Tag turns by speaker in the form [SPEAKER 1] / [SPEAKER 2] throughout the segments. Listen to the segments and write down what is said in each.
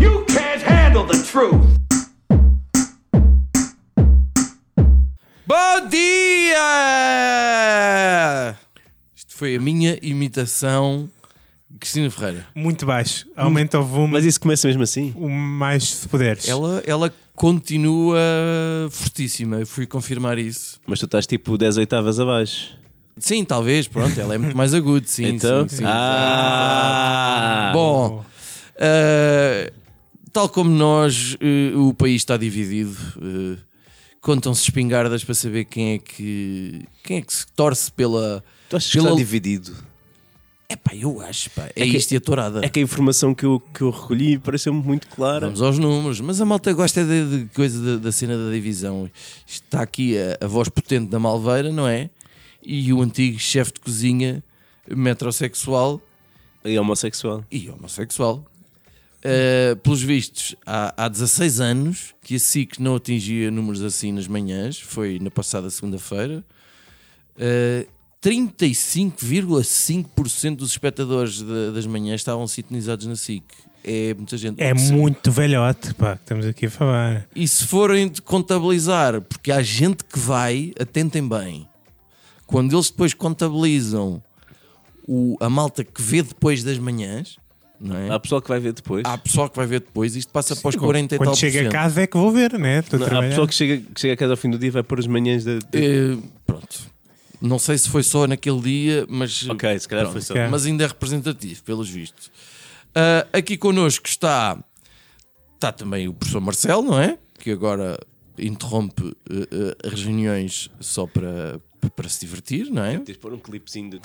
[SPEAKER 1] You can't handle the truth.
[SPEAKER 2] Bom dia! Isto foi a minha imitação de Cristina Ferreira.
[SPEAKER 3] Muito baixo. Aumenta o volume
[SPEAKER 4] Mas isso começa mesmo assim?
[SPEAKER 3] o mais se puderes.
[SPEAKER 2] Ela, ela continua fortíssima, eu fui confirmar isso.
[SPEAKER 4] Mas tu estás tipo 10 oitavas abaixo.
[SPEAKER 2] Sim, talvez, pronto, ela é muito mais aguda, sim,
[SPEAKER 4] então,
[SPEAKER 2] sim, sim.
[SPEAKER 4] ah,
[SPEAKER 2] Bom, eh, tal como nós, eh, o país está dividido. eh, Contam-se espingardas para saber quem é que quem é que se torce pela.
[SPEAKER 4] tu achas que
[SPEAKER 2] pela...
[SPEAKER 4] está dividido?
[SPEAKER 2] É pá, eu acho, pá. É,
[SPEAKER 4] que-
[SPEAKER 2] isto e a tourada.
[SPEAKER 4] É que a informação que eu, que eu recolhi pareceu-me muito clara.
[SPEAKER 2] Vamos aos números, mas a malta gosta de, de coisa da- da cena da divisão. Isto Está aqui a, a voz potente da Malveira, não é? E o antigo chefe de cozinha metrosexual
[SPEAKER 4] E é homossexual.
[SPEAKER 2] e homossexual. Uh, pelos vistos, há, há 16 anos que a SIC não atingia números assim nas manhãs, foi na passada segunda-feira. Uh, 35,5% dos espectadores da- das manhãs estavam sintonizados na SIC. É muita gente.
[SPEAKER 3] É
[SPEAKER 2] Se-
[SPEAKER 3] muito velhote, pá, que estamos aqui a falar.
[SPEAKER 2] E se forem de contabilizar, porque há gente que vai, atentem bem. Quando eles depois contabilizam o, a malta que vê depois das manhãs, não é?
[SPEAKER 4] Há pessoal que vai ver depois.
[SPEAKER 2] há pessoal que vai ver depois, isto passa para os 40 e tal
[SPEAKER 3] Quando chego a
[SPEAKER 2] por cento.
[SPEAKER 3] casa é que vou ver, né? Estou a
[SPEAKER 4] Não, há
[SPEAKER 3] trabalhar.
[SPEAKER 4] pessoal que chega, que chega a casa ao fim do dia e vai pôr as manhãs da. da-
[SPEAKER 2] Eh, pronto. Não sei se foi só naquele dia, mas,
[SPEAKER 4] Ok, se calhar foi só.
[SPEAKER 3] Ok.
[SPEAKER 2] mas ainda é representativo, pelos vistos. Ah, aqui connosco está, está também o professor Marcelo, não é? Que agora interrompe eh, eh, as reuniões só para, para se divertir, não é?
[SPEAKER 4] Tens de pôr um clipezinho do.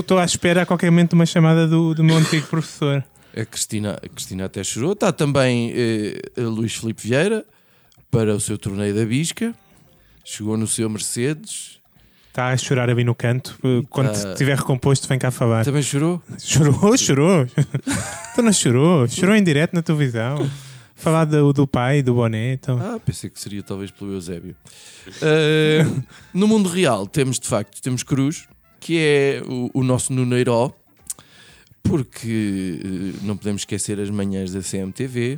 [SPEAKER 3] Estou à espera a qualquer momento de uma chamada do, do meu antigo professor.
[SPEAKER 2] A Cristina, a Cristina até chorou. Está também eh, a Luís Filipe Vieira para o seu torneio da Bisca. Chegou no seu Mercedes.
[SPEAKER 3] Está a chorar ali no canto. Quando
[SPEAKER 2] Tá.
[SPEAKER 3] estiver recomposto, vem cá falar.
[SPEAKER 2] Também chorou?
[SPEAKER 3] Chorou, chorou. tu não chorou? Chorou em direto na televisão. Falar do, do pai, do boné. Então.
[SPEAKER 2] Ah, pensei que seria talvez pelo Eusébio. Eh, no mundo real temos de facto, temos Cruz, que é o, o nosso Nuneiró, porque eh, não podemos esquecer as manhãs da CMTV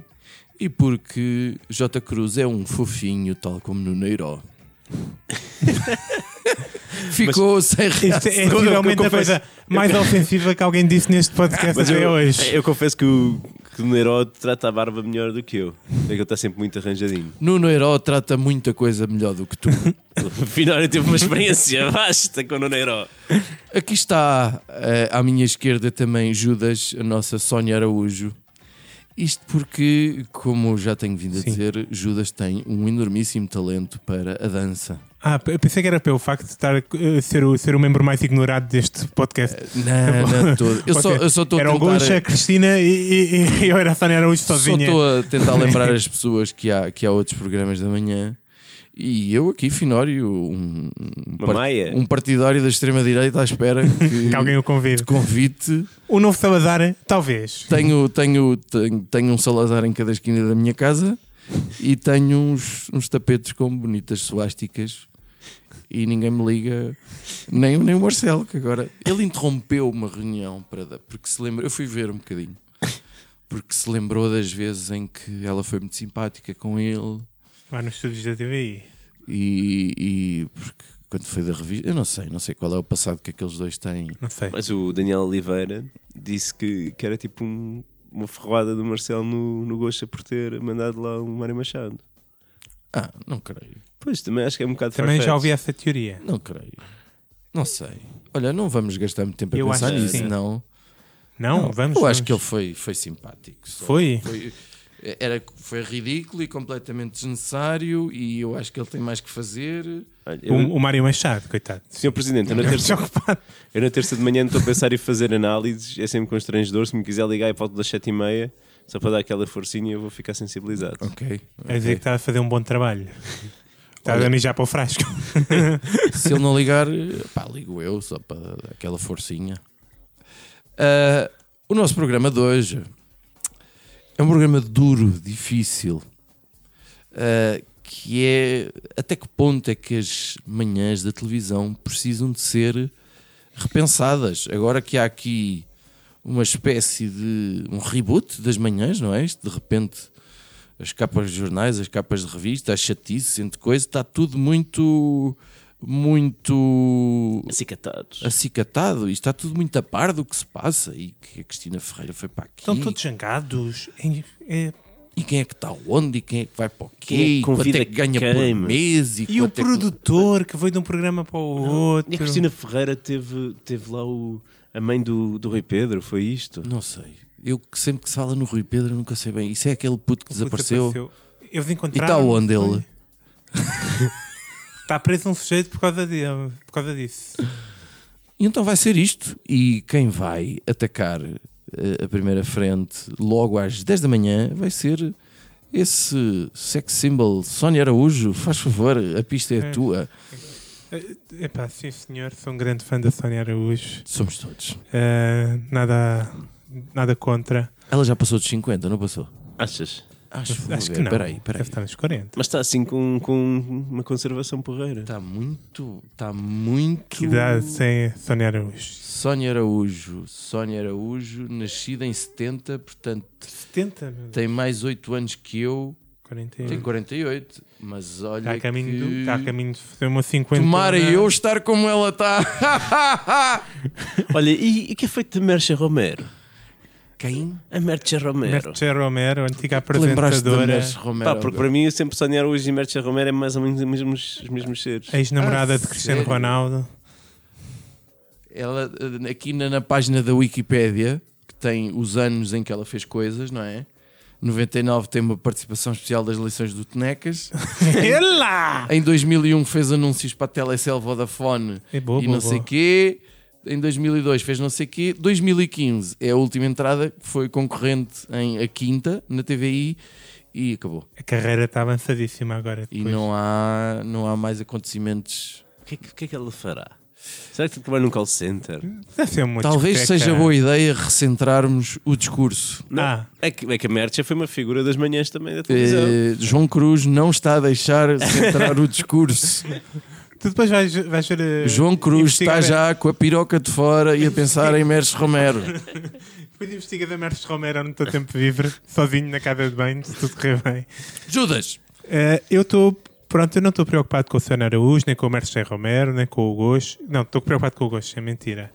[SPEAKER 2] e porque J. Cruz é um fofinho, tal como Nuneiró. Ficou sem
[SPEAKER 3] Isto é
[SPEAKER 4] eu- eu
[SPEAKER 3] possivelmente a
[SPEAKER 4] confesso-
[SPEAKER 3] coisa mais ofensiva que alguém disse neste podcast
[SPEAKER 4] Mas
[SPEAKER 2] é
[SPEAKER 3] até
[SPEAKER 4] eu, é
[SPEAKER 3] hoje.
[SPEAKER 4] eu confesso que o, que o Neró trata a barba melhor do que eu. É que ele está sempre muito arranjadinho.
[SPEAKER 2] Nuneiró trata muita coisa melhor do que tu.
[SPEAKER 4] Afinal, eu tive uma experiência vasta com o Neró.
[SPEAKER 2] Aqui está eh, à minha esquerda também Judas, a nossa Sónia Araújo. Isto porque, como já tenho vindo a
[SPEAKER 3] Sim.
[SPEAKER 2] dizer, Judas tem um enormíssimo talento para a dança.
[SPEAKER 3] Ah, eu pensei que era pelo facto de estar, eh, ser, o, ser o membro mais ignorado deste podcast.
[SPEAKER 2] Não, não todo. Eu só
[SPEAKER 3] Ok.
[SPEAKER 2] eu só Eh, estou a
[SPEAKER 3] Era o Goncha, a
[SPEAKER 2] tentar. eh,
[SPEAKER 3] Cristina e, e- e eu era a Sónia Araújo
[SPEAKER 2] Só
[SPEAKER 3] sozinha.
[SPEAKER 2] estou a tentar lembrar as pessoas que há, que há outros programas da manhã. E eu aqui, Finório, um, um
[SPEAKER 4] Uma
[SPEAKER 2] par-
[SPEAKER 4] maia.
[SPEAKER 2] um partidário da extrema-direita à espera que,
[SPEAKER 3] Que alguém o convide.
[SPEAKER 2] te convite.
[SPEAKER 3] O novo Salazar, talvez.
[SPEAKER 2] Tenho, tenho, tenho, tenho um Salazar em cada esquina da minha casa e tenho uns, uns tapetes com bonitas suásticas e ninguém me liga, nem, nem o Marcelo, que agora ele interrompeu uma reunião para dar, porque se lembra, eu fui ver um bocadinho, porque se lembrou das vezes em que ela foi muito simpática com ele
[SPEAKER 3] Lá nos estúdios da TVI.
[SPEAKER 2] e, e porque quando foi da revista, eu não sei, não sei qual é o passado que aqueles dois têm.
[SPEAKER 3] Não sei.
[SPEAKER 4] Mas o Daniel Oliveira disse que, que era tipo um- uma ferroada do Marcelo no, no Goxa por ter mandado lá o Mário Machado.
[SPEAKER 2] Ah, não creio.
[SPEAKER 4] Pois, também acho que é um bocado
[SPEAKER 3] Também já
[SPEAKER 4] farfetch.
[SPEAKER 3] ouvi essa teoria.
[SPEAKER 2] Não creio. Não sei. Olha, não vamos gastar muito tempo a
[SPEAKER 3] Eu
[SPEAKER 2] pensar
[SPEAKER 3] acho que
[SPEAKER 2] nisso,
[SPEAKER 3] sim.
[SPEAKER 2] não.
[SPEAKER 3] Não,
[SPEAKER 2] Não,
[SPEAKER 3] vamos.
[SPEAKER 2] Eu acho
[SPEAKER 3] vamos.
[SPEAKER 2] que ele foi, foi simpático. só.
[SPEAKER 3] Foi?
[SPEAKER 2] Foi- era, foi ridículo e completamente desnecessário e eu acho que ele tem mais que fazer.
[SPEAKER 4] Olha, eu-
[SPEAKER 3] O, o Mário Machado, coitado.
[SPEAKER 4] Senhor Presidente, eu na, terça,
[SPEAKER 3] Desocupado.
[SPEAKER 4] eu na terça de manhã não estou a pensar em fazer análises, é sempre constrangedor. Se me quiser ligar, eu volto das 7h30, só para dar aquela forcinha, eu vou ficar sensibilizado.
[SPEAKER 2] Ok.
[SPEAKER 3] A dizer que está a fazer um bom trabalho. Está
[SPEAKER 2] Olha.
[SPEAKER 3] a mijar para o frasco.
[SPEAKER 2] Se ele não ligar, pá, ligo eu só para dar aquela forcinha. Ah, o nosso programa de hoje é É um programa duro, difícil, ah, que é até que ponto é que as manhãs da televisão precisam de ser repensadas. Agora que há aqui uma espécie de um reboot das manhãs, não é? Isto, De repente, as capas de jornais, as capas de revista, as chatices, entre coisas, está tudo muito, muito
[SPEAKER 4] Acicatados.
[SPEAKER 2] acicatado e está tudo muito a par do que se passa e que a Cristina Ferreira foi para aqui
[SPEAKER 3] Estão todos jangados. É- é-
[SPEAKER 2] e quem é que está onde e quem é que vai para o quê
[SPEAKER 4] Quem é que
[SPEAKER 2] e quanto é
[SPEAKER 4] convida
[SPEAKER 2] que ganha
[SPEAKER 4] quem,
[SPEAKER 2] por
[SPEAKER 4] meu?
[SPEAKER 2] mês e,
[SPEAKER 3] E o
[SPEAKER 2] quanto é que-
[SPEAKER 3] produtor que veio de um programa para o outro.
[SPEAKER 4] E a Cristina Ferreira teve, teve lá o, a mãe do, do Rui Pedro, foi isto?
[SPEAKER 2] Não sei. Eu que sempre que se fala no Rui Pedro eu nunca sei bem. Isso é aquele puto que
[SPEAKER 3] Puta,
[SPEAKER 2] desapareceu.
[SPEAKER 3] Eles
[SPEAKER 2] E
[SPEAKER 3] encontraram.
[SPEAKER 2] está onde ele?
[SPEAKER 3] Está preso um sujeito por causa, de, por causa disso.
[SPEAKER 2] E então vai ser isto. E quem vai atacar eh, a primeira frente logo às 10 da manhã vai ser esse sex symbol Sónia Araújo. Faz favor, a pista é,
[SPEAKER 3] É.
[SPEAKER 2] tua.
[SPEAKER 3] Eh, Epá, sim senhor, sou um grande fã da Sónia Araújo.
[SPEAKER 2] Somos todos.
[SPEAKER 3] Eh, nada, nada contra.
[SPEAKER 2] Ela já passou dos 50, não passou?
[SPEAKER 4] Achas?
[SPEAKER 2] Acho,
[SPEAKER 3] Acho que não.
[SPEAKER 2] Peraí, peraí.
[SPEAKER 3] Deve estar nos 40.
[SPEAKER 4] Mas está assim com, com uma conservação porreira.
[SPEAKER 2] Está Tá muito. Está muito.
[SPEAKER 3] Que idade sem Sónia Araújo?
[SPEAKER 2] Sónia Araújo. Sónia Araújo, nascida em 70, portanto
[SPEAKER 3] 70, meu Deus.
[SPEAKER 2] tem mais 8 anos que eu.
[SPEAKER 3] 41.
[SPEAKER 2] Tem 48. Mas olha.
[SPEAKER 3] Está Tá a caminho, do-
[SPEAKER 2] que...
[SPEAKER 3] está a caminho de fazer uma 50.
[SPEAKER 2] Tomara eu estar como ela tá. está.
[SPEAKER 4] Olha, e o que é feito de Mercha Romero?
[SPEAKER 2] Quem?
[SPEAKER 4] A Mercha Romero.
[SPEAKER 3] Merche Romero, antiga
[SPEAKER 2] Te Lembraste da
[SPEAKER 3] apresentadora,
[SPEAKER 2] Inês Romero?
[SPEAKER 4] Pá, porque para mim eu sempre sonhar hoje e Mercha Romero é mais ou menos os mesmos, os mesmos seres.
[SPEAKER 3] ex-namorada
[SPEAKER 2] Ah,
[SPEAKER 3] de Cristiano
[SPEAKER 2] sério?
[SPEAKER 3] Ronaldo.
[SPEAKER 2] Ela, eh, aqui na, na página da Wikipédia, que tem os anos em que ela fez coisas, não é? 99 tem uma participação especial das eleições do Tenecas.
[SPEAKER 3] Ela!
[SPEAKER 2] Em 2001 fez anúncios para a Telecel Vodafone
[SPEAKER 3] É boa,
[SPEAKER 2] e
[SPEAKER 3] boa,
[SPEAKER 2] não sei
[SPEAKER 3] boa.
[SPEAKER 2] quê. Em 2002 fez não sei quê. 2015 é a última entrada que foi concorrente em a quinta na TVI e acabou.
[SPEAKER 3] A carreira está avançadíssima agora.
[SPEAKER 2] E
[SPEAKER 3] depois.
[SPEAKER 2] não há, não há mais acontecimentos.
[SPEAKER 4] O que, é que- o que é que ela fará? Será que trabalha num call center?
[SPEAKER 3] Deve ser uma
[SPEAKER 2] Talvez
[SPEAKER 3] discoteca.
[SPEAKER 2] seja boa ideia recentrarmos o discurso.
[SPEAKER 4] Não.
[SPEAKER 3] Ah.
[SPEAKER 4] É, que, é que a Mercha foi uma figura das manhãs também da televisão.
[SPEAKER 2] Eh, João Cruz não está a deixar centrar o discurso.
[SPEAKER 3] Tu depois vais, vais ver. eh,
[SPEAKER 2] João Cruz está
[SPEAKER 3] investiga-
[SPEAKER 2] já com a piroca de fora e a pensar em Mércio Romero.
[SPEAKER 3] Depois investiga da Merche Romero no teu tempo livre, sozinho na casa de banho, se tudo correr bem.
[SPEAKER 2] Judas!
[SPEAKER 3] Eh, eu estou. Pronto, eu não estou preocupado com o Sônia Araújo, nem com o Merche Romero, nem com o Gosto. Não, estou preocupado com o Gosto, é mentira.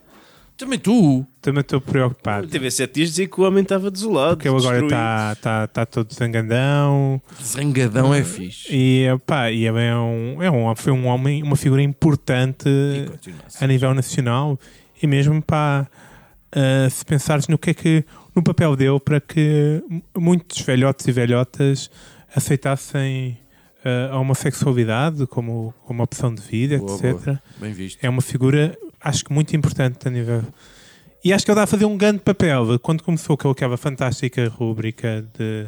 [SPEAKER 2] Também tu!
[SPEAKER 3] Também estou preocupado.
[SPEAKER 4] Teve sete dias de dizer que o homem estava desolado.
[SPEAKER 3] Porque ele agora
[SPEAKER 4] destruído.
[SPEAKER 3] está tá, tá todo zangadão.
[SPEAKER 2] Zangadão é fixe.
[SPEAKER 3] E, pá, e ele é um, é um, foi um homem, uma figura importante a nível nacional. E mesmo, pá, ah, se pensares no que é que, no papel dele para que mu- muitos velhotes e velhotas aceitassem ah, a homossexualidade como, como opção de vida,
[SPEAKER 2] Boa,
[SPEAKER 3] etc.
[SPEAKER 2] Bem visto.
[SPEAKER 3] É uma figura, acho que muito importante a nível. E acho que ele está a fazer um grande papel. Quando começou com aquela fantástica rubrica de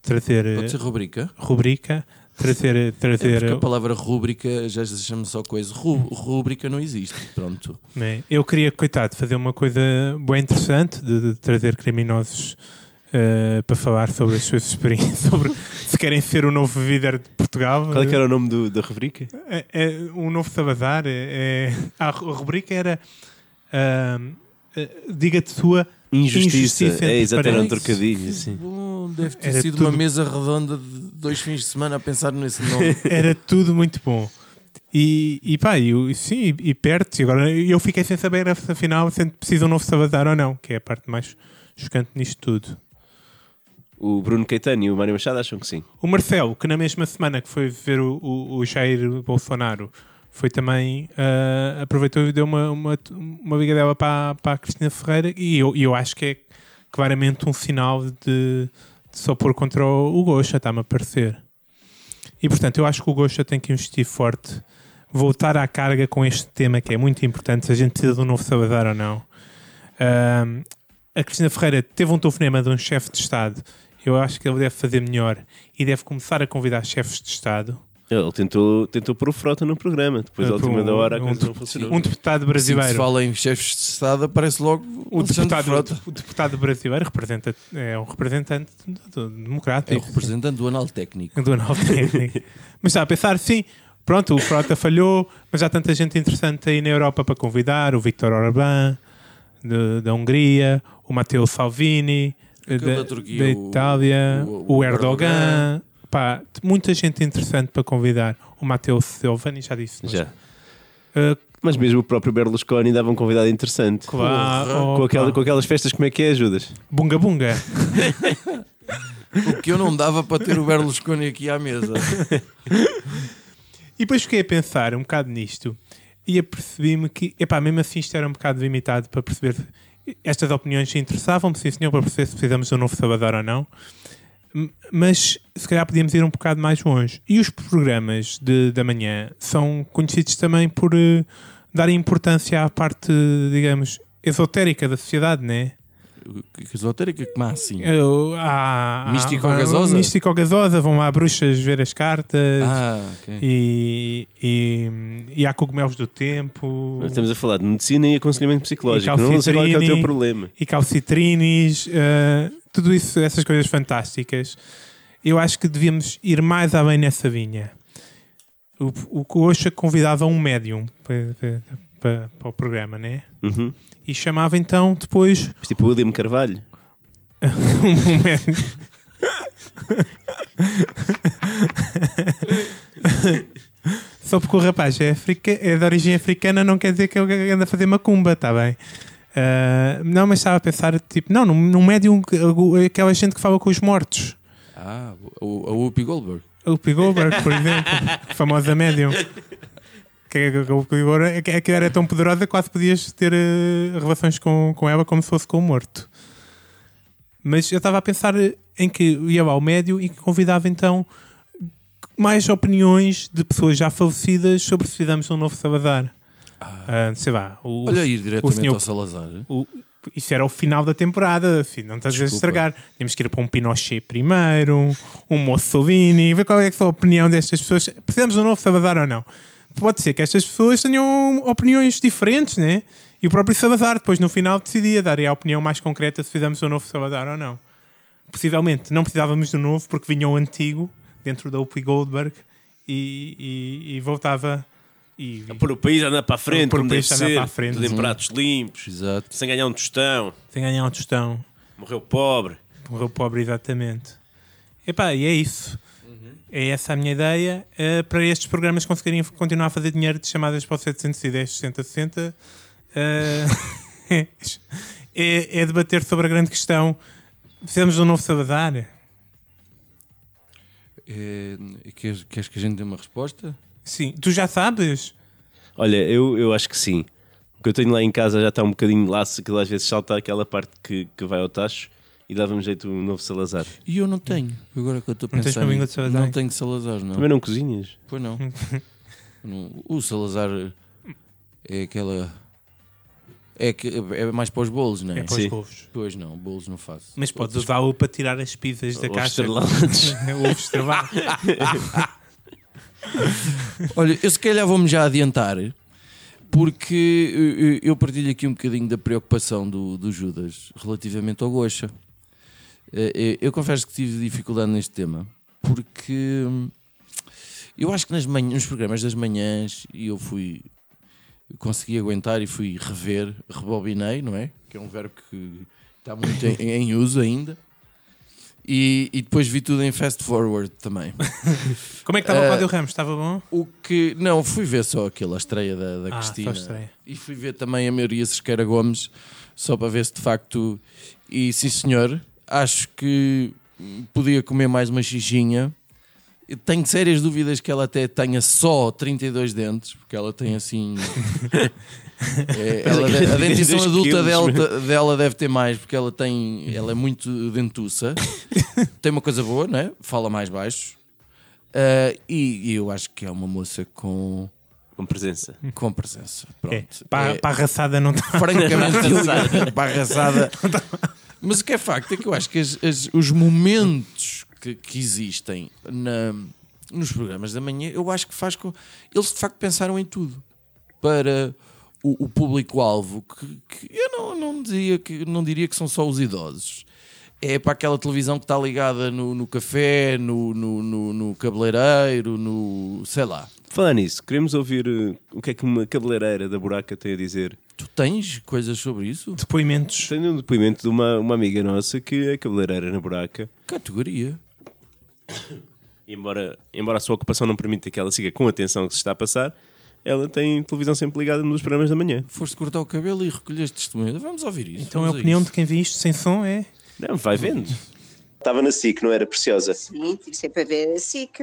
[SPEAKER 3] trazer. eh,
[SPEAKER 2] Pode ser rubrica?
[SPEAKER 3] rubrica, trazer, trazer
[SPEAKER 2] É Porque a palavra rúbrica já deixamos só coisa. Ru- Rúbrica não existe. Pronto.
[SPEAKER 3] né? eu queria, coitado, fazer uma coisa bem interessante de, de trazer criminosos eh, para falar sobre as suas experiências, sobre se querem ser o novo líder de Portugal.
[SPEAKER 4] Qual é que era o nome do, da rubrica?
[SPEAKER 3] É, é, um novo Sabazar. É, é- a ru- a rubrica era ahm, eh, Diga-te sua
[SPEAKER 4] Injustiça.
[SPEAKER 3] Injustiça
[SPEAKER 4] é,
[SPEAKER 3] entre
[SPEAKER 4] exato, era um
[SPEAKER 3] parentes.
[SPEAKER 4] trocadilho. Sim.
[SPEAKER 2] Bom, deve ter
[SPEAKER 3] Era
[SPEAKER 2] sido
[SPEAKER 3] tudo-
[SPEAKER 2] uma mesa redonda de dois fins de semana a pensar nesse nome.
[SPEAKER 3] Era tudo muito bom. E, e pá, e, o- sim, e, e perto. E agora eu fiquei sem saber, afinal, se precisa um novo Sabazar ou não, que é a parte mais chocante nisto tudo.
[SPEAKER 4] O Bruno Caetano e o Mário Machado acham que sim.
[SPEAKER 3] O Marcelo, que na mesma semana que foi ver o, o, o Jair Bolsonaro, foi também, ah, aproveitou e deu uma, uma, uma ligadela para, a- para a Cristina Ferreira, e eu, e eu acho que é claramente um sinal de, de só pôr contra o, o Gocha, está-me a parecer. E portanto, eu acho que o Gocha tem que investir forte, voltar à carga com este tema que é muito importante, se a gente precisa de um novo Sabadar ou não. Ah, a Cristina Ferreira teve um telefonema de um chefe de Estado eu acho que ele deve fazer melhor e deve começar a convidar chefes de Estado
[SPEAKER 4] Ele tentou, tentou pôr o frota no programa, depois
[SPEAKER 3] Ah,
[SPEAKER 4] à última
[SPEAKER 3] um-
[SPEAKER 4] da hora a
[SPEAKER 3] um
[SPEAKER 4] coisa não
[SPEAKER 3] de-
[SPEAKER 4] funcionou.
[SPEAKER 3] Um deputado
[SPEAKER 2] Assim que se
[SPEAKER 3] brasileiro.
[SPEAKER 2] fala em chefes de Estado, aparece logo
[SPEAKER 3] O
[SPEAKER 2] Alexandre
[SPEAKER 3] deputado,
[SPEAKER 2] Frota.
[SPEAKER 3] o deputado brasileiro representa, é um representante do- do-
[SPEAKER 2] É o
[SPEAKER 3] democrático
[SPEAKER 2] representante do anal técnico.
[SPEAKER 3] do novo técnico. mas está a pensar, sim, pronto, o Frota falhou, mas há tanta gente interessante aí na Europa para convidar: o Victor Orbán, de- da Hungria, o Matteo Salvini, da,
[SPEAKER 2] da Turquia,
[SPEAKER 3] da
[SPEAKER 2] o-
[SPEAKER 3] Itália,
[SPEAKER 2] o-
[SPEAKER 3] o,
[SPEAKER 2] o
[SPEAKER 3] Erdogan.
[SPEAKER 2] Erdogan.
[SPEAKER 3] Pá, muita gente interessante para convidar. O Matteo Salvini, já disse. mas,
[SPEAKER 4] Já.
[SPEAKER 3] ah,
[SPEAKER 4] Mas mesmo o próprio Berlusconi dava um convidado interessante.
[SPEAKER 3] claro,
[SPEAKER 4] Com, aquela-
[SPEAKER 3] opa,
[SPEAKER 4] com aquelas festas, como é que é, Judas?
[SPEAKER 3] Bunga Bunga.
[SPEAKER 2] Porque eu não dava para ter o Berlusconi aqui à mesa.
[SPEAKER 3] E depois fiquei a pensar um bocado nisto e apercebi-me que, epá, mesmo assim isto era um bocado limitado para perceber se- estas opiniões se interessavam-me, sim senhor, para perceber se precisamos de um novo Sabadar ou não. M- Mas se calhar podíamos ir um bocado mais longe. E os programas de, da manhã são conhecidos também por eh, darem importância à parte, digamos, esotérica da sociedade, né?
[SPEAKER 2] Que que esotérica que má assim.
[SPEAKER 3] Eu- há- há-
[SPEAKER 2] Místico-gasosa?
[SPEAKER 3] Místico-gasosa, vão lá bruxas ver as cartas.
[SPEAKER 2] Ah, ok.
[SPEAKER 3] E, e, e há cogumelos do tempo,
[SPEAKER 4] Nós estamos a falar de medicina e aconselhamento psicológico.
[SPEAKER 3] E
[SPEAKER 4] Não sei qual é, que é o teu
[SPEAKER 3] calcitrini.
[SPEAKER 4] problema.
[SPEAKER 3] e calcitrines, eh, tudo isso, essas coisas fantásticas. Eu acho que devíamos ir mais além nessa vinha. O, o Coxa convidava um médium para, para- para, para o programa, né?
[SPEAKER 4] Uhum.
[SPEAKER 3] E chamava então depois
[SPEAKER 4] Mas tipo o William Carvalho.
[SPEAKER 3] um médium. Só porque o rapaz é, africa, é de origem africana não quer dizer que ele anda a fazer macumba, está bem? Ah, não, mas estava a pensar, tipo, não, num, num médium, que- aquela gente que fala com os mortos.
[SPEAKER 2] Ah, o, a Whoopi Goldberg.
[SPEAKER 3] O P. Goldberg, por exemplo, a famosa médium. Que, é que, que, que- é que- que era tão poderosa que quase podias ter eh, relações com, com ela como se fosse com o morto. Mas eu estava a pensar em que ia lá ao médio e que convidava então mais opiniões de pessoas já falecidas sobre se fizemos um novo Sabadar. Ah, sei lá, o,
[SPEAKER 2] Olha ir diretamente
[SPEAKER 3] senhor-
[SPEAKER 2] ao Salazar.
[SPEAKER 3] o- isso era o final da temporada, assim, não estás a estragar. Temos que ir para um Pinochet primeiro, um, um Mussolini, ver qual é que foi a opinião destas pessoas. Precisamos de um novo Salazar ou não? Pode ser que estas pessoas tenham opiniões diferentes, né? E o próprio Salazar depois no final decidia dar a opinião mais concreta se fizemos um novo Salazar ou não. Possivelmente não precisávamos do novo porque vinha o antigo dentro da Whoopi Goldberg e, e- e voltava e
[SPEAKER 4] Ah, Por o país andar para a frente,
[SPEAKER 3] Por o
[SPEAKER 4] como
[SPEAKER 3] país
[SPEAKER 4] deve
[SPEAKER 3] andar
[SPEAKER 4] ser,
[SPEAKER 3] para a frente.
[SPEAKER 4] tudo em pratos limpos,
[SPEAKER 2] Exato.
[SPEAKER 4] sem ganhar um tostão,
[SPEAKER 3] sem ganhar um tostão.
[SPEAKER 4] morreu pobre.
[SPEAKER 3] Morreu pobre, exatamente. Epá, e é isso.
[SPEAKER 2] Uhum.
[SPEAKER 3] É essa a minha ideia. eh, para estes programas conseguirem continuar a fazer dinheiro de chamadas para o 710 6060, eh, é, é debater sobre a grande questão. Fizemos um novo Sabadar?
[SPEAKER 2] É, queres, queres que a gente dê uma resposta?
[SPEAKER 3] Sim. Tu já sabes?
[SPEAKER 4] Olha, eu, eu acho que sim. O que eu tenho lá em casa já está um bocadinho laço, que às vezes salta aquela parte que, que vai ao tacho e dava-me jeito um novo Salazar.
[SPEAKER 2] E eu não tenho. Agora que eu estou a
[SPEAKER 3] Não tens
[SPEAKER 2] pensar.
[SPEAKER 3] uma língua de Salazar?
[SPEAKER 2] Não tenho Salazar, não.
[SPEAKER 4] Também não cozinhas?
[SPEAKER 2] Pois não. Não, o Salazar é aquela. É, que, é mais para os bolos, não é?
[SPEAKER 3] É para
[SPEAKER 4] Sim.
[SPEAKER 3] os povos.
[SPEAKER 2] Pois não, bolos não faço.
[SPEAKER 3] Mas podes usá-lo para tirar as pizzas da
[SPEAKER 4] Ou
[SPEAKER 3] caixa.
[SPEAKER 4] estrelados.
[SPEAKER 3] Ovo estrelado.
[SPEAKER 2] Olha, eu se calhar vou-me já adiantar, porque eu- eu- eu partilho aqui um bocadinho da preocupação do, do Judas relativamente ao Gocha. Eh, eh, Eu confesso que tive dificuldade neste tema, porque hum, eu acho que nas manhã- nos programas das manhãs e eu fui. eu Consegui aguentar e fui rever, rebobinei, não é? Que é um verbo que está muito em, em uso ainda. E, e depois vi tudo em fast forward também.
[SPEAKER 3] Como é que estava
[SPEAKER 2] Eh,
[SPEAKER 3] o Cláudio Ramos? Estava bom?
[SPEAKER 2] O que. Não, fui ver só aquela estreia da, da
[SPEAKER 3] Ah, só
[SPEAKER 2] Cristina.
[SPEAKER 3] estreia.
[SPEAKER 2] E fui ver também a Maria Cerqueira Gomes, só para ver se de facto. E sim, senhor, acho que hum, podia comer mais uma xixinha. Eu Tenho sérias dúvidas que ela até tenha só 32 dentes, porque ela tem assim. É, ela de- a dentição
[SPEAKER 4] 32
[SPEAKER 2] adulta
[SPEAKER 4] quilos,
[SPEAKER 2] dela, dela deve ter mais, porque ela tem. Ela é muito dentuça. tem uma coisa boa, né? Fala mais baixo. Ah, e, e eu acho que é uma moça com,
[SPEAKER 4] Com presença.
[SPEAKER 2] com presença. Pronto.
[SPEAKER 3] É. Para,
[SPEAKER 2] É,
[SPEAKER 3] para a raçada não está.
[SPEAKER 2] francamente elegante, barraçada. Mas o que é facto é que eu acho que as- as- os momentos que, que existem na, nos programas da manhã, eu acho que faz com. Eles de facto pensaram em tudo para o, o público-alvo, que, que eu não, não, dizia que, não diria que são só os idosos. É para aquela televisão que está ligada no, no café, no, no, no, no cabeleireiro, no. sei lá.
[SPEAKER 4] Falar nisso, queremos ouvir eh, o que é que uma cabeleireira da buraca tem a dizer.
[SPEAKER 2] Tu tens coisas sobre isso?
[SPEAKER 3] Depoimentos.
[SPEAKER 4] Tenho um depoimento de uma, uma amiga nossa que é cabeleireira na buraca.
[SPEAKER 2] Categoria.
[SPEAKER 4] Embora, embora a sua ocupação não permita que ela siga com atenção o que se está a passar, ela tem televisão sempre ligada nos programas da manhã.
[SPEAKER 2] Foste cortar o cabelo e recolheste testemunha. Vamos ouvir isso.
[SPEAKER 3] Então a
[SPEAKER 2] vamos
[SPEAKER 3] opinião de
[SPEAKER 2] isso.
[SPEAKER 3] quem vê isto sem som é.
[SPEAKER 4] Não, vai vendo. Estava na SIC, não era preciosa.
[SPEAKER 5] Sim, tive sempre a ver a SIC.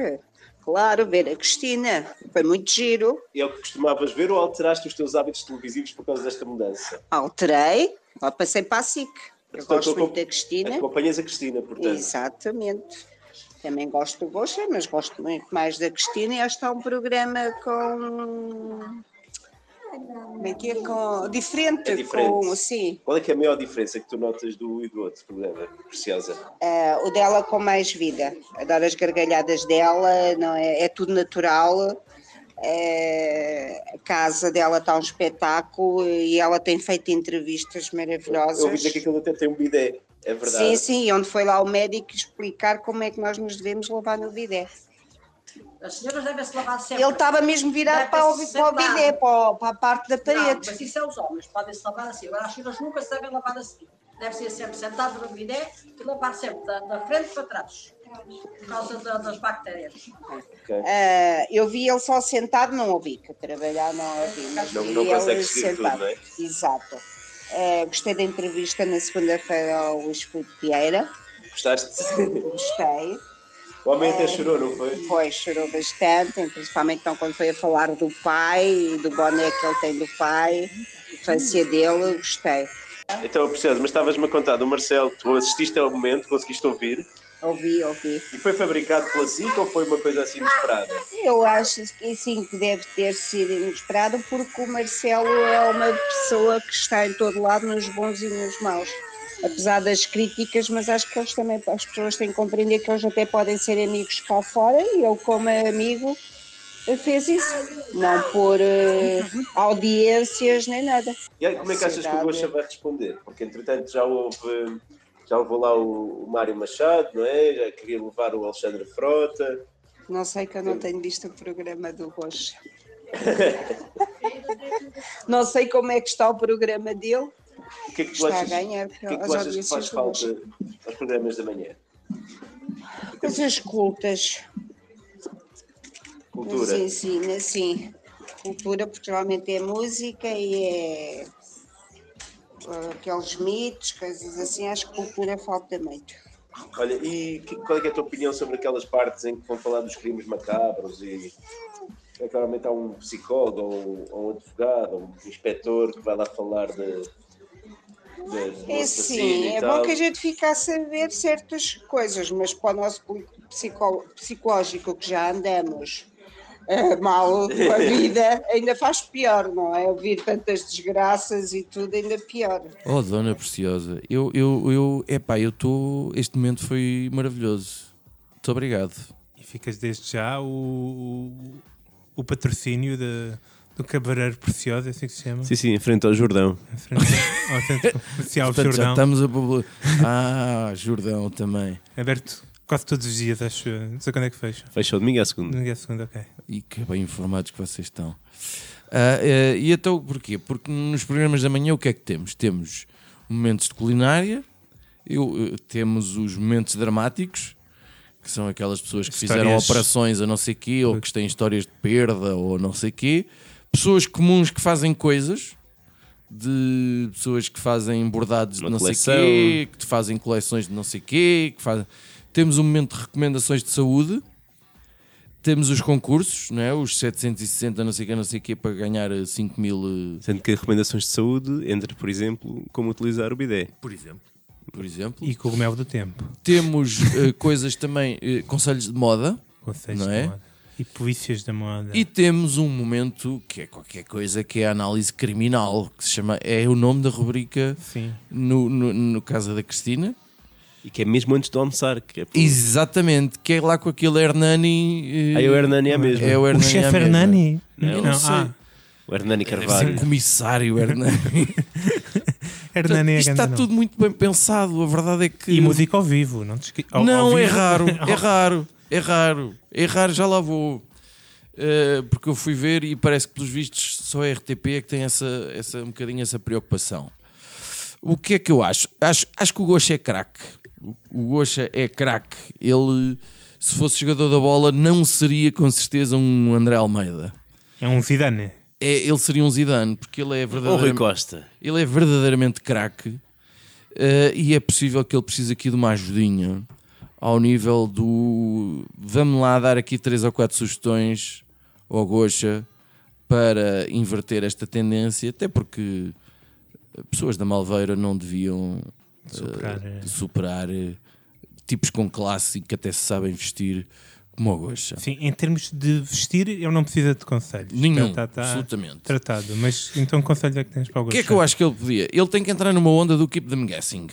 [SPEAKER 5] Claro, ver a Cristina. Foi muito giro.
[SPEAKER 4] É o que costumavas ver ou alteraste os teus hábitos televisivos por causa desta mudança?
[SPEAKER 5] Alterei, agora passei para a SIC. Eu gosto muito da Cristina.
[SPEAKER 4] Acompanhas a Cristina, portanto.
[SPEAKER 5] Exatamente. Também gosto do Gosha, mas gosto muito mais da Cristina. E acho que há um programa com. Como é que é? Com... Diferente,
[SPEAKER 4] É diferente.
[SPEAKER 5] com. Sim.
[SPEAKER 4] Qual é que é a maior diferença que tu notas do e do outro programa, Preciosa?
[SPEAKER 5] Ah, o dela com mais vida. Adoro as gargalhadas dela, não é, é tudo natural. É, a casa dela está um espetáculo e ela tem feito entrevistas maravilhosas.
[SPEAKER 4] Eu ouvi dizer que aquilo até tem um bidé, é verdade.
[SPEAKER 5] Sim, sim, e onde foi lá o médico explicar como é que nós nos devemos lavar no bidé.
[SPEAKER 6] As senhoras devem-se lavar sempre.
[SPEAKER 5] Ele estava mesmo virado para o, para o bidé, para, o- para a parte da
[SPEAKER 6] Não,
[SPEAKER 5] parede.
[SPEAKER 6] mas isso é os homens, podem-se lavar assim. Agora as senhoras nunca se devem lavar assim. Deve ser sempre sentado no bidé e lavar sempre da, da frente para trás. Por causa da- das bactérias.
[SPEAKER 5] Ah, eu vi ele só sentado, não ouvi, que a trabalhar não ouvi, mas
[SPEAKER 4] Não-
[SPEAKER 5] vi
[SPEAKER 4] não
[SPEAKER 5] ele
[SPEAKER 4] consegues seguir tudo,
[SPEAKER 5] sentado.
[SPEAKER 4] não é?
[SPEAKER 5] Exato. Ah, gostei da entrevista na segunda-feira ao Luís Filipe Vieira,
[SPEAKER 4] Gostaste?
[SPEAKER 5] gostei.
[SPEAKER 4] O homem até chorou, não foi?
[SPEAKER 5] Pois, chorou bastante, principalmente então quando foi a falar do pai e do boné que ele tem do pai, a infância dele, gostei.
[SPEAKER 4] Então, Preciosa, mas estavas-me a contar do Marcelo, tu assististe ao momento, conseguiste ouvir,
[SPEAKER 5] Ouvi, ouvi.
[SPEAKER 4] e foi fabricado pela SIC ou foi uma coisa assim inesperada?
[SPEAKER 5] Eu acho que sim, que deve ter sido inesperado, porque o Marcelo é uma pessoa que está em todo lado, nos bons e nos maus. Apesar das críticas, mas acho que eles também, as pessoas têm que compreender que eles até podem ser amigos cá fora e ele, como amigo, fez isso. Não por eh, audiências nem nada.
[SPEAKER 4] E aí, como é que achas que o Gosha
[SPEAKER 5] Ansiedade.
[SPEAKER 4] vai responder? Porque, entretanto, já houve. Já levou lá o, o Mário Machado, não é? Já queria levar o Alexandre Frota.
[SPEAKER 5] Não sei que eu não tenho visto o programa do Rocha. não sei como é que está o programa dele.
[SPEAKER 4] O que é que tu
[SPEAKER 5] Está a
[SPEAKER 4] achas,
[SPEAKER 5] ganhar
[SPEAKER 4] o que é que
[SPEAKER 5] as
[SPEAKER 4] tu achas que faz
[SPEAKER 5] audiências do Gosha.
[SPEAKER 4] falta aos programas da manhã?
[SPEAKER 5] Coisas cultas.
[SPEAKER 4] Cultura.
[SPEAKER 5] Sim, sim, sim. Cultura, porque geralmente é música e é uh, aqueles mitos, coisas assim. Acho que cultura falta muito.
[SPEAKER 4] Olha, e que- qual é, que é a tua opinião sobre aquelas partes em que vão falar dos crimes macabros e é, claramente há um psicólogo ou, ou um advogado ou um inspetor que vai lá falar de, de, de
[SPEAKER 5] É sim, é bom que a gente fique a saber certas coisas, mas para o nosso pli- psicó- psicológico que já andamos eh, mal com a vida, ainda faz pior, não é? Ouvir tantas desgraças e tudo, ainda pior.
[SPEAKER 2] Oh, dona preciosa, eu, eu, eu, epá, eu estou, este momento foi maravilhoso. Muito obrigado.
[SPEAKER 3] E ficas desde já o, o patrocínio de- do Cabareiro Precioso, é assim que se chama.
[SPEAKER 4] Sim, sim, em frente ao Jordão.
[SPEAKER 3] Em frente Ao Centro Comercial
[SPEAKER 2] Portanto, já
[SPEAKER 3] É Jordão.
[SPEAKER 2] estamos a publicar. Ah, Jordão também.
[SPEAKER 3] Aberto quase todos os dias, acho. eu. Não sei quando é que fecha.
[SPEAKER 4] Fecha o domingo à segunda.
[SPEAKER 3] Domingo é segunda, ok.
[SPEAKER 2] E que bem informados que vocês estão. Ah, eh, e então porquê? Porque nos programas da manhã o que é que temos? Temos momentos de culinária, eu, eh, temos os momentos dramáticos, que são aquelas pessoas que fizeram
[SPEAKER 3] Histórias-
[SPEAKER 2] operações a não sei quê, ou que têm histórias de perda, ou não sei quê. Pessoas comuns que fazem coisas, de pessoas que fazem bordados
[SPEAKER 4] Uma
[SPEAKER 2] de não
[SPEAKER 4] coleção.
[SPEAKER 2] sei quê, que te fazem coleções de não sei quê, que fazem... Temos um momento de recomendações de saúde, temos os concursos, não é? Os 760 não sei quê, não sei quê, para ganhar 5 mil, eh,
[SPEAKER 4] Sendo que recomendações de saúde entre, por exemplo, como utilizar o bidé.
[SPEAKER 2] por exemplo.
[SPEAKER 3] E com o mel do tempo.
[SPEAKER 2] Temos eh, coisas também, eh, conselhos de moda,
[SPEAKER 3] Conselhos
[SPEAKER 2] Não é?
[SPEAKER 3] da moda. E polícias da moda.
[SPEAKER 2] e temos um momento que é qualquer coisa, que é a análise criminal, que se chama, é o nome da rubrica
[SPEAKER 3] Sim.
[SPEAKER 2] no, no, no Casa da Cristina.
[SPEAKER 7] E que é mesmo antes de almoçar. Que é por-
[SPEAKER 2] Exatamente, que é lá com aquele Hernani. eh,
[SPEAKER 7] Aí o Hernani é mesmo.
[SPEAKER 2] É o
[SPEAKER 3] O
[SPEAKER 2] Hernani. à
[SPEAKER 3] chefe
[SPEAKER 2] mesa.
[SPEAKER 3] Hernani?
[SPEAKER 7] Não,
[SPEAKER 2] Eu não,
[SPEAKER 3] Não,
[SPEAKER 2] sei.
[SPEAKER 3] ah,
[SPEAKER 7] O Hernani
[SPEAKER 2] Deve ser
[SPEAKER 7] Carvalho.
[SPEAKER 2] comissário, Hernani.
[SPEAKER 3] Hernani é
[SPEAKER 2] Isto está
[SPEAKER 3] grande
[SPEAKER 2] tudo
[SPEAKER 3] nome.
[SPEAKER 2] muito bem pensado. A verdade é que.
[SPEAKER 3] E música ao vivo, não te esque... ao- ao
[SPEAKER 2] Não, é
[SPEAKER 3] vivo.
[SPEAKER 2] raro, é raro, é raro, é raro, já lá vou. Eh, porque eu fui ver e parece que, pelos vistos, só a RTP é que tem essa, essa, um bocadinho essa preocupação. O que é que eu acho? Acho, acho que o Gocha é craque. O- O Gocha é craque. Ele, se fosse jogador da bola, não seria com certeza um André Almeida.
[SPEAKER 3] É um Zidane.
[SPEAKER 2] É, ele seria um Zidane, porque ele é
[SPEAKER 7] Ou Rui
[SPEAKER 2] verdadeiramente,
[SPEAKER 7] Costa.
[SPEAKER 2] ele é verdadeiramente craque. eh, e é possível que ele precise aqui de uma ajudinha ao nível do vamos lá dar aqui três ou quatro sugestões ao Gocha para inverter esta tendência, até porque pessoas da Malveira não deviam
[SPEAKER 3] Superar,
[SPEAKER 2] eh,
[SPEAKER 3] eh.
[SPEAKER 2] superar eh, tipos com classe e que até se sabem vestir como o Gocha.
[SPEAKER 3] Sim, em termos de vestir, eu não preciso de conselhos.
[SPEAKER 2] Nenhum,
[SPEAKER 3] Tá- tá- tá
[SPEAKER 2] absolutamente.
[SPEAKER 3] Tratado. Mas então, que conselho é que tens para o
[SPEAKER 2] O que é que eu acho que ele podia? Ele tem que entrar numa onda do keep them guessing.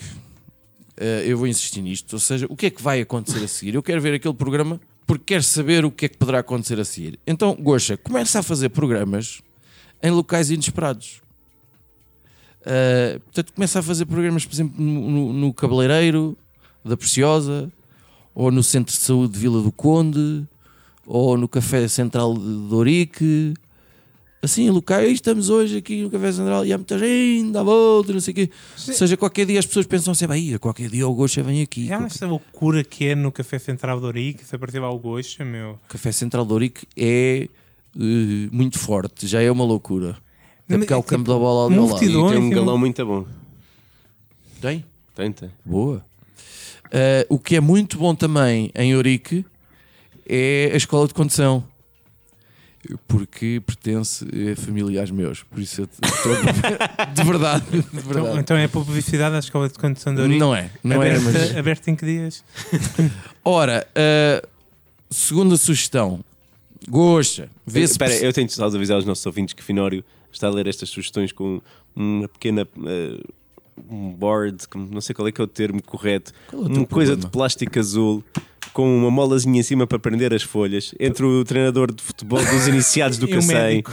[SPEAKER 2] Eh, eu vou insistir nisto. Ou seja, o que é que vai acontecer a seguir? Eu quero ver aquele programa porque quero saber o que é que poderá acontecer a seguir. Então, Goxa, começa a fazer programas em locais inesperados. Eh, portanto, começa a fazer programas, por exemplo, no, no- no Cabeleireiro da Preciosa, ou no Centro de Saúde de Vila do Conde, ou no Café Central de Dorique, assim, locais, estamos hoje aqui no Café Central e há muita gente, dá volta, não sei o quê. Ou seja, qualquer dia as pessoas pensam assim, "Bem, qualquer dia o Goxa vem aqui.
[SPEAKER 3] É
[SPEAKER 2] Qualquer-
[SPEAKER 3] esta loucura que é no Café Central de Orique, se aparecer lá o Goxa, meu.
[SPEAKER 2] O Café Central de Ourique é eh, muito forte, já é uma loucura. É
[SPEAKER 3] Não,
[SPEAKER 2] porque há
[SPEAKER 3] é
[SPEAKER 2] o campo da bola ali ao lado. um-
[SPEAKER 3] multidão.
[SPEAKER 7] E tem um
[SPEAKER 3] Enfim.
[SPEAKER 7] galão muito bom.
[SPEAKER 2] Tem?
[SPEAKER 7] Tem, tem.
[SPEAKER 2] Boa. Eh, o que é muito bom também em Ourique é a escola de condução. Porque pertence a familiares meus. Por isso eu estou. de verdade. De
[SPEAKER 3] Então,
[SPEAKER 2] verdade.
[SPEAKER 3] então é publicidade à escola de condução
[SPEAKER 7] então,
[SPEAKER 3] de Orique?
[SPEAKER 2] Tá. Não é, não é,
[SPEAKER 3] aberta,
[SPEAKER 2] mas.
[SPEAKER 3] aberta em que dias?
[SPEAKER 2] Ora, eh, segunda sugestão. Gosta. Vê-se.
[SPEAKER 7] Espera,
[SPEAKER 2] perce-
[SPEAKER 7] eu tenho de avisar aos nossos ouvintes que Finório está a ler estas sugestões com uma pequena. eh, um board, como- não sei qual é que é o termo correto.
[SPEAKER 2] Qual é o
[SPEAKER 7] uma
[SPEAKER 2] teu
[SPEAKER 7] coisa
[SPEAKER 2] problema?
[SPEAKER 7] de plástico azul com uma molazinha em cima para prender as folhas entre o treinador de futebol dos iniciados do
[SPEAKER 3] E o
[SPEAKER 7] Cacém
[SPEAKER 3] médico.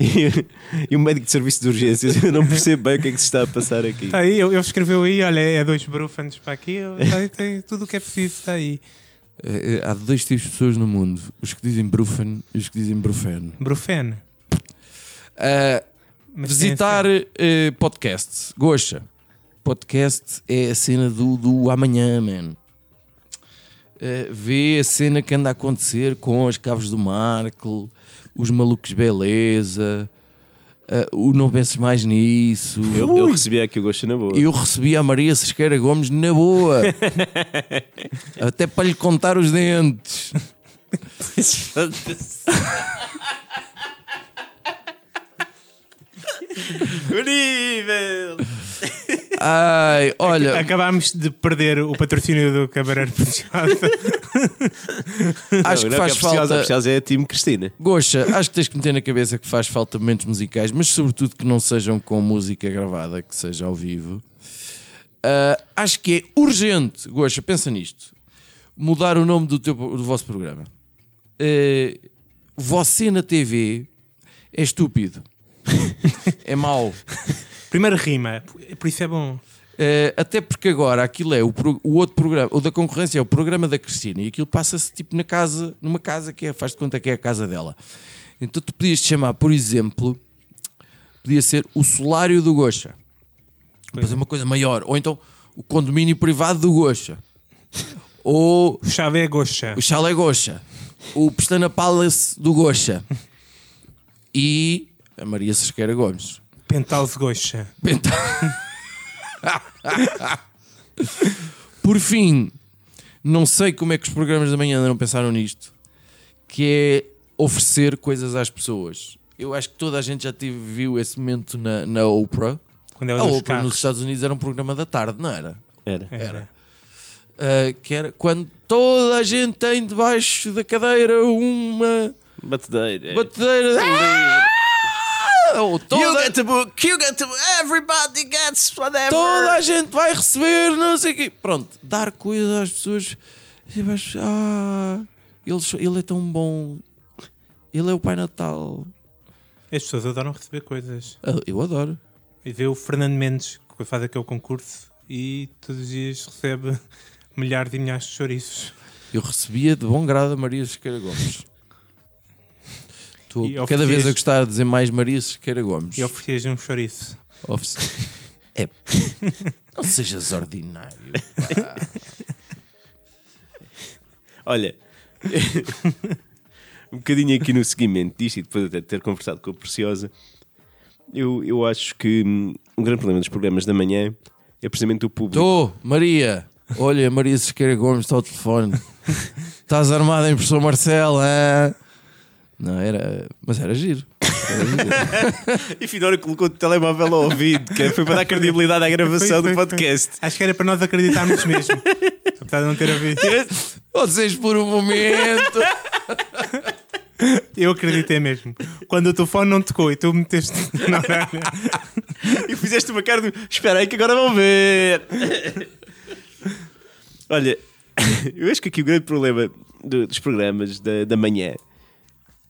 [SPEAKER 7] e, e o médico de serviço de urgências. Eu não percebo bem o que é que se está a passar aqui.
[SPEAKER 3] Está Tá aí, eu, eu escreveu aí, olha, é dois brufans para aqui, está aí, tem tudo o que é preciso, está aí.
[SPEAKER 2] Eh, eh, há dois tipos de pessoas no mundo: os que dizem brufen e os que dizem brufen. Eh,
[SPEAKER 3] Brufen. Mas é assim.
[SPEAKER 2] Visitar
[SPEAKER 3] tem-
[SPEAKER 2] eh, podcast. Gosta. Podcast é a cena do, do amanhã, man. Eh, vê a cena que anda a acontecer com as Cavos do Marco, os Malucos Beleza, eh, o Não Penses Mais Nisso.
[SPEAKER 7] Eu, eu recebi aqui o gosto na boa.
[SPEAKER 2] Eu recebi a Maria Sesqueira Gomes na boa. Até para lhe contar os dentes. Ai, olha,
[SPEAKER 3] Acabámos de perder o patrocínio do Cabareiro Puxado.
[SPEAKER 2] acho que
[SPEAKER 7] Não, não,
[SPEAKER 2] faz
[SPEAKER 7] a Preciosa, A
[SPEAKER 2] falta.
[SPEAKER 7] Preciosa é a time Cristina.
[SPEAKER 2] Goxa, acho que tens que meter na cabeça que faz falta momentos musicais, mas sobretudo que não sejam com música gravada, que seja ao vivo. Ah, acho que é urgente, Goxa, pensa nisto. Mudar o nome do, teu, do vosso programa. Eh, você na TV é estúpido. é mau.
[SPEAKER 3] Primeiro rima, por isso é bom.
[SPEAKER 2] Eh, até porque agora aquilo é o, pro- o outro programa, o da concorrência é o programa da Cristina e aquilo passa-se tipo na casa, numa casa que é, faz de conta que é a casa dela. Então tu podias te chamar, por exemplo, podia ser o solário do Gocha, fazer uma coisa maior, ou então o condomínio privado do Gocha, ou
[SPEAKER 3] O chave é goxa.
[SPEAKER 2] o Chalé Gocha, o Pestana Palace do Gocha e a Maria Sesqueira Gomes.
[SPEAKER 3] Pental de goxa.
[SPEAKER 2] Então- Por fim, não sei como é que os programas da manhã ainda não pensaram nisto, que é oferecer coisas às pessoas. Eu acho que toda a gente já teve, viu esse momento na, na Oprah.
[SPEAKER 3] Quando
[SPEAKER 7] Ah,
[SPEAKER 2] A
[SPEAKER 3] ela nos
[SPEAKER 2] Oprah
[SPEAKER 3] carros.
[SPEAKER 2] nos Estados Unidos era um programa da tarde, não era?
[SPEAKER 7] Era.
[SPEAKER 3] Era.
[SPEAKER 2] Ah, que era quando toda a gente tem debaixo da cadeira uma
[SPEAKER 7] É.
[SPEAKER 2] um
[SPEAKER 7] Batedeira.
[SPEAKER 2] batedeira. Ah! Não, toda,
[SPEAKER 7] You get the book, you get the book, everybody gets whatever.
[SPEAKER 2] toda a gente vai receber, não sei o quê. Pronto, dar coisa às pessoas. E vais, ah, ele, só- ele é tão bom. Ele é o Pai Natal.
[SPEAKER 3] É. As pessoas adoram receber coisas.
[SPEAKER 2] Ah, Eu adoro.
[SPEAKER 3] E vê o Fernando Mendes, que faz aquele concurso e todos os dias recebe milhares e milhares de chouriços.
[SPEAKER 2] Eu recebia de bom grado a Maria Sequeira Gomes. Estou
[SPEAKER 3] E
[SPEAKER 2] cada vez a
[SPEAKER 3] oferecias-
[SPEAKER 2] gostar de dizer mais Maria Sequeira Gomes.
[SPEAKER 3] E oferecias um chouriço.
[SPEAKER 2] Ofe- É. Não sejas ordinário.
[SPEAKER 7] Olha, um bocadinho aqui no seguimento disto e depois até ter conversado com a Preciosa, eu, eu acho que hum, um grande problema dos programas da manhã é precisamente o público.
[SPEAKER 2] Estou, Maria. Olha, Maria Sequeira Gomes está ao telefone. Estás armada em professor Marcelo. hã? Não, era. Mas era giro. Era giro.
[SPEAKER 7] E Finório colocou o telemóvel ao ouvido, que foi para dar credibilidade à
[SPEAKER 3] Foi,
[SPEAKER 7] gravação do
[SPEAKER 3] foi,
[SPEAKER 7] podcast.
[SPEAKER 3] Acho que era para nós acreditarmos mesmo. Apesar de não ter havido.
[SPEAKER 2] Vocês por um momento.
[SPEAKER 3] Eu acreditei mesmo. Quando o telefone não tocou e tu meteste na orelha.
[SPEAKER 7] E fizeste uma cara de espera aí que agora vão ver. Olha, eu acho que aqui o grande problema do- dos programas da, da manhã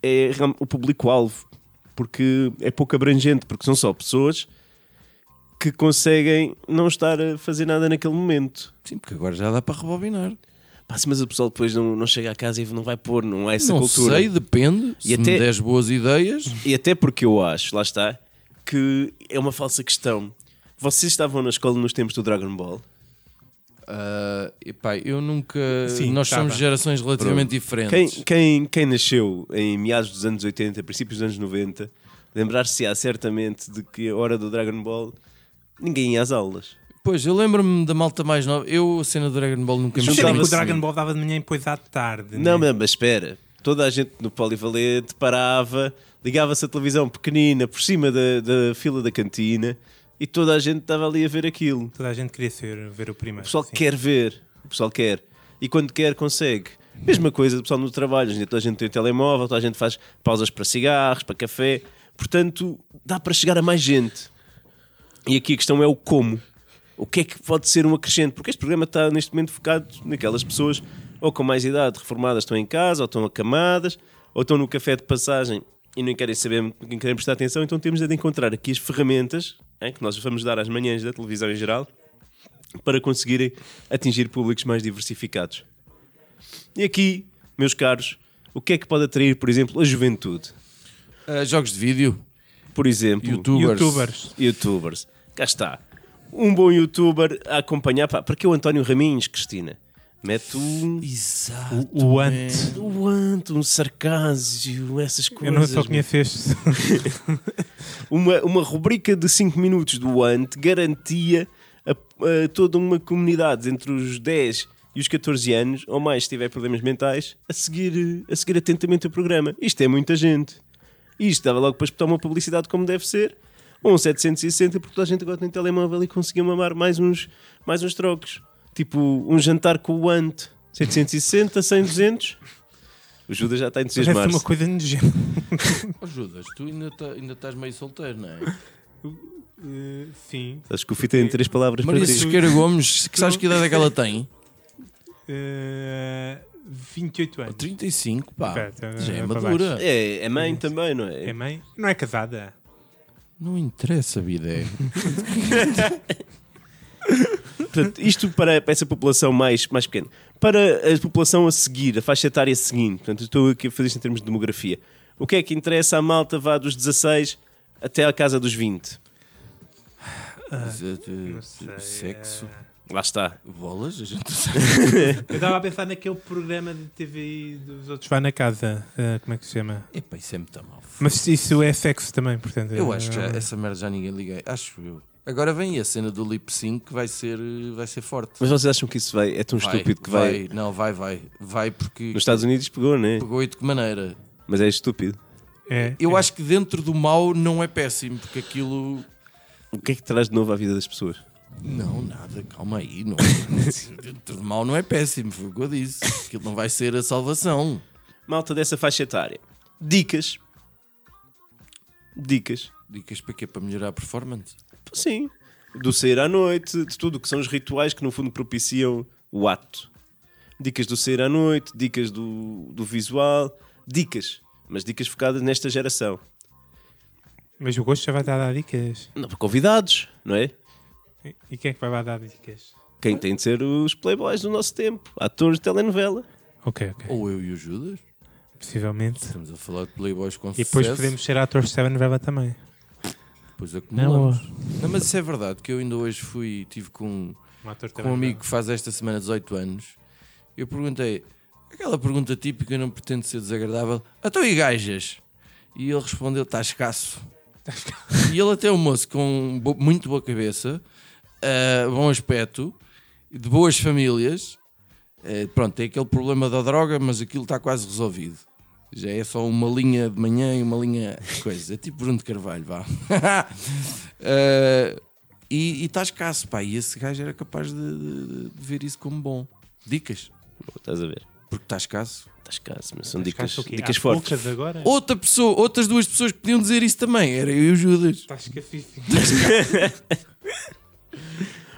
[SPEAKER 7] é real- o público-alvo, porque é pouco abrangente, porque são só pessoas que conseguem não estar a fazer nada naquele momento.
[SPEAKER 2] Sim, porque agora já dá para rebobinar.
[SPEAKER 7] Pá, sim, mas o pessoal depois não, não chega a casa e não vai pôr, não é essa
[SPEAKER 2] não
[SPEAKER 7] cultura.
[SPEAKER 2] sei, depende.
[SPEAKER 7] E
[SPEAKER 2] se
[SPEAKER 7] até-
[SPEAKER 2] me des boas ideias.
[SPEAKER 7] E até porque eu acho, lá está, que é uma falsa questão. Vocês estavam na escola nos tempos do Dragon Ball?
[SPEAKER 2] Ah, epá, eu nunca.
[SPEAKER 3] Sim, tá
[SPEAKER 2] Nós
[SPEAKER 3] estava.
[SPEAKER 2] somos gerações relativamente
[SPEAKER 7] Quem,
[SPEAKER 2] diferentes.
[SPEAKER 7] quem, quem nasceu em meados dos anos 80, princípios dos anos 90, lembrar-se-á certamente de que a hora do Dragon Ball ninguém ia às aulas.
[SPEAKER 2] Pois, eu lembro-me da malta mais nova. Eu, a cena do Dragon Ball, nunca me
[SPEAKER 3] Sim,
[SPEAKER 7] Juntava-se.
[SPEAKER 3] porque o
[SPEAKER 2] esqueci.
[SPEAKER 3] Dragon Ball dava de manhã e depois à tarde.
[SPEAKER 7] assim. Não,
[SPEAKER 3] né?
[SPEAKER 7] mas, mas espera, toda a gente no polivalente parava, ligava-se a televisão pequenina por cima da, da fila da cantina e toda a gente estava ali a ver aquilo.
[SPEAKER 3] Toda a gente queria ser, ver o primeiro.
[SPEAKER 7] O pessoal
[SPEAKER 3] sim.
[SPEAKER 7] quer ver, o pessoal quer. E quando quer, consegue. Mesma coisa do pessoal no trabalho, hoje em dia toda a gente tem telemóvel, toda a gente faz pausas para cigarros, para café. Portanto, dá para chegar a mais gente. E aqui a questão é o como. O que é que pode ser um acrescente? Porque este programa está neste momento focado naquelas pessoas ou com mais idade, reformadas, estão em casa, ou estão acamadas, ou estão no café de passagem e nem querem saber, nem querem prestar atenção. Então temos de encontrar aqui as ferramentas hein, que nós vamos dar às manhãs da televisão em geral para conseguirem atingir públicos mais diversificados. E aqui, meus caros, o que é que pode atrair, por exemplo, a juventude?
[SPEAKER 2] Ah, jogos de vídeo,
[SPEAKER 7] Por exemplo,
[SPEAKER 2] youtubers.
[SPEAKER 3] Youtubers.
[SPEAKER 7] youtubers. Cá está. Um bom youtuber a acompanhar. Pá, para que o António Raminhos, Cristina? Mete um.
[SPEAKER 2] Exato.
[SPEAKER 3] O, o ante.
[SPEAKER 7] O anto, um sarcásio, essas
[SPEAKER 3] Eu
[SPEAKER 7] coisas. né?
[SPEAKER 3] não só
[SPEAKER 7] meu.
[SPEAKER 3] conheço este.
[SPEAKER 7] uma, uma rubrica de 5 minutos do ANT garantia a, a toda uma comunidade entre os 10 e os 14 anos, ou mais se tiver problemas mentais, a seguir, eh, a seguir atentamente o programa. Isto é muita gente. E isto dava logo para espetar uma publicidade como deve ser, ou um 760, porque toda a gente agora tem telemóvel e conseguia mamar mais uns, mais uns trocos. Tipo, um jantar com o ANT. 760, 100, 200. O Judas já está
[SPEAKER 3] Parece uma
[SPEAKER 7] entusiasmado.
[SPEAKER 3] coisa nojenta.
[SPEAKER 2] Oh, Judas, tu ainda, tá- ainda estás meio solteiro, não é?
[SPEAKER 3] Eh, sim.
[SPEAKER 7] Acho que o Fita tem três palavras
[SPEAKER 2] Maria
[SPEAKER 7] para ti.
[SPEAKER 2] Sequeira Gomes, que sabes que idade é que ela tem?
[SPEAKER 3] Eh, 28 anos.
[SPEAKER 2] 35, pá.
[SPEAKER 3] Ok, então
[SPEAKER 2] Já é
[SPEAKER 3] é para
[SPEAKER 2] madura.
[SPEAKER 7] É, é mãe também, não
[SPEAKER 3] É mãe? Não é casada.
[SPEAKER 2] Não interessa, é Bidé.
[SPEAKER 7] Portanto, isto para, para essa população mais, mais pequena. Para a população a seguir, a faixa etária seguinte, portanto, estou aqui a fazer isto em termos de demografia. O que é que interessa à malta vá dos 16 até à casa dos 20?
[SPEAKER 2] Sexo.
[SPEAKER 7] Lá está.
[SPEAKER 2] Bolas? A gente
[SPEAKER 3] Eu estava a pensar naquele programa de TV dos outros vai na casa. Eh, como é que se chama?
[SPEAKER 2] Epá, isso é muito mal.
[SPEAKER 3] Mas isso é sexo também, portanto. é.
[SPEAKER 2] Eu acho que já- essa merda já ninguém liga. Acho eu. Agora vem a cena do lip sync que vai ser, eh, vai ser forte.
[SPEAKER 7] Mas vocês acham que isso vai, é tão estúpido que vai.
[SPEAKER 2] Não, vai, vai. Vai porque
[SPEAKER 7] Nos Estados Unidos pegou, né?
[SPEAKER 2] pegou e de que maneira.
[SPEAKER 7] Mas é estúpido.
[SPEAKER 3] É,
[SPEAKER 2] Eu
[SPEAKER 3] é.
[SPEAKER 2] acho que dentro do mal não é péssimo, porque aquilo.
[SPEAKER 7] O que é que traz de novo à vida das pessoas?
[SPEAKER 2] Não, nada, calma aí. Não... dentro do mal não é péssimo, foi o que eu disse. Aquilo não vai ser a salvação.
[SPEAKER 7] Malta dessa faixa etária. Dicas. Dicas
[SPEAKER 2] Dicas para quê? Para melhorar a performance?
[SPEAKER 7] Sim. Do sair à noite, de tudo, que são os rituais que no fundo propiciam o ato. Dicas do sair à noite, dicas do, do visual, dicas. Mas dicas focadas nesta geração.
[SPEAKER 3] Mas o gosto já vai estar a dar dicas.
[SPEAKER 7] Não, para convidados, não é?
[SPEAKER 3] E- E quem é que vai dar dicas?
[SPEAKER 7] Quem tem de ser os playboys do nosso tempo, atores de telenovela.
[SPEAKER 3] Ok, ok.
[SPEAKER 2] Ou eu e o Judas?
[SPEAKER 3] Oh. Possivelmente.
[SPEAKER 2] Estamos a falar de Playboys com
[SPEAKER 3] E
[SPEAKER 2] sucesso.
[SPEAKER 3] depois podemos ser atores de Seven Vela também.
[SPEAKER 2] Depois acumulamos. Não, mas isso é verdade, que eu ainda hoje fui, tive com,
[SPEAKER 3] Um ator de
[SPEAKER 2] com um
[SPEAKER 3] Seven
[SPEAKER 2] amigo que faz esta semana 18 anos. Eu perguntei, aquela pergunta típica, eu não pretendo ser desagradável, então e gajas? E ele respondeu, está escasso. e ele até é um moço com bo- muito boa cabeça, ah, bom aspecto, de boas famílias. Eh, pronto, tem aquele problema da droga, mas aquilo está quase resolvido. Já é só uma linha de manhã e uma linha de coisa. É tipo Bruno de Carvalho, vá. Eh, e está escasso, pá. E esse gajo era capaz de, de- de ver isso como bom. Dicas,
[SPEAKER 7] Pô, Estás a ver?
[SPEAKER 2] porque está escasso.
[SPEAKER 7] Estás caso, mas são
[SPEAKER 3] Vela.
[SPEAKER 7] dicas,
[SPEAKER 3] Acho que é o quê?
[SPEAKER 7] dicas
[SPEAKER 3] Há
[SPEAKER 7] fortes. Oh.
[SPEAKER 3] poucas agora?
[SPEAKER 2] Outra pessoa, outras duas pessoas que podiam dizer isso também, era eu e o Judas.
[SPEAKER 3] Estás que fifi.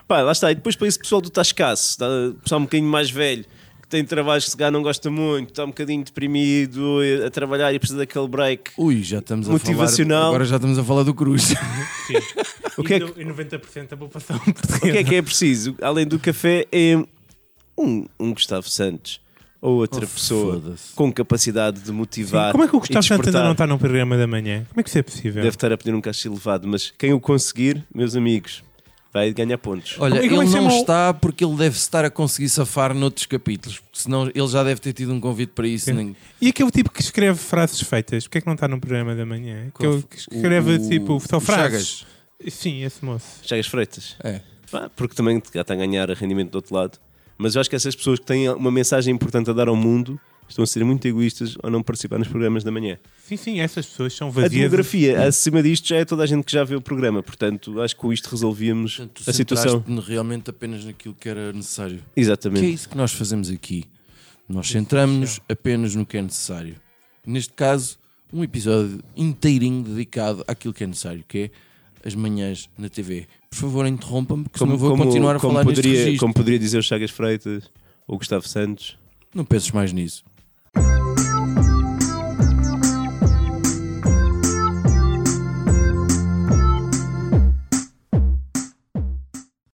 [SPEAKER 7] Pá, lá está. E depois para esse pessoal do Tascaço, tá, pessoal um bocadinho mais velho, que tem trabalhos que se calhar não gosta muito, está um bocadinho deprimido a trabalhar e precisa daquele break.
[SPEAKER 2] Ui, já estamos a
[SPEAKER 7] Motivacional.
[SPEAKER 2] falar. Agora já estamos a falar do Cruz.
[SPEAKER 3] O
[SPEAKER 7] que é
[SPEAKER 3] E 90% da população
[SPEAKER 7] O que é
[SPEAKER 3] portuguesa.
[SPEAKER 7] que é preciso? Além do café, é um, um Gustavo Santos ou outra
[SPEAKER 2] Oh,
[SPEAKER 7] pessoa
[SPEAKER 2] foda-se.
[SPEAKER 7] com capacidade de motivar.
[SPEAKER 3] Como é que o
[SPEAKER 7] e
[SPEAKER 3] Gustavo Santos ainda
[SPEAKER 7] despertar.
[SPEAKER 3] não está no programa da manhã? Como é que isso é possível?
[SPEAKER 7] Deve estar a pedir um cachê elevado, mas quem o conseguir, meus amigos, vai ganhar pontos.
[SPEAKER 2] Olha,
[SPEAKER 3] Como é que-
[SPEAKER 2] ele
[SPEAKER 3] como é que
[SPEAKER 2] não
[SPEAKER 3] chama o-
[SPEAKER 2] está porque ele deve estar a conseguir safar noutros capítulos, porque senão ele já deve ter tido um convite para isso. Nem-
[SPEAKER 3] E aquele tipo que escreve frases feitas, porquê é que não está no programa da manhã? Aquele que escreve
[SPEAKER 2] O- o-
[SPEAKER 3] tipo só
[SPEAKER 2] o
[SPEAKER 3] frases. Sim, esse moço.
[SPEAKER 7] Chagas Freitas.
[SPEAKER 2] É.
[SPEAKER 7] Pá, porque também já está a ganhar rendimento do outro lado. Mas eu acho que essas pessoas que têm uma mensagem importante a dar ao mundo estão a ser muito egoístas ao não participar nos programas da manhã.
[SPEAKER 3] Sim, sim, essas pessoas são
[SPEAKER 7] A
[SPEAKER 3] vazias.
[SPEAKER 7] demografia, acima disto, já é toda a gente que já vê o programa. Portanto, acho que com isto resolvíamos
[SPEAKER 2] Portanto, tu
[SPEAKER 7] a situação.
[SPEAKER 2] centraste-te realmente apenas naquilo que era necessário. Que é
[SPEAKER 7] Exatamente.
[SPEAKER 2] isso que nós fazemos aqui. Nós centramos-nos apenas no que é necessário. Neste caso, um episódio inteirinho dedicado àquilo que é necessário, que é as manhãs na TV. Por favor, interrompa-me, que senão eu vou continuar a
[SPEAKER 7] como
[SPEAKER 2] falar neste
[SPEAKER 7] poderia,
[SPEAKER 2] registro.
[SPEAKER 7] como poderia dizer o Chagas Freitas ou Gustavo Santos.
[SPEAKER 2] Não penses mais nisso.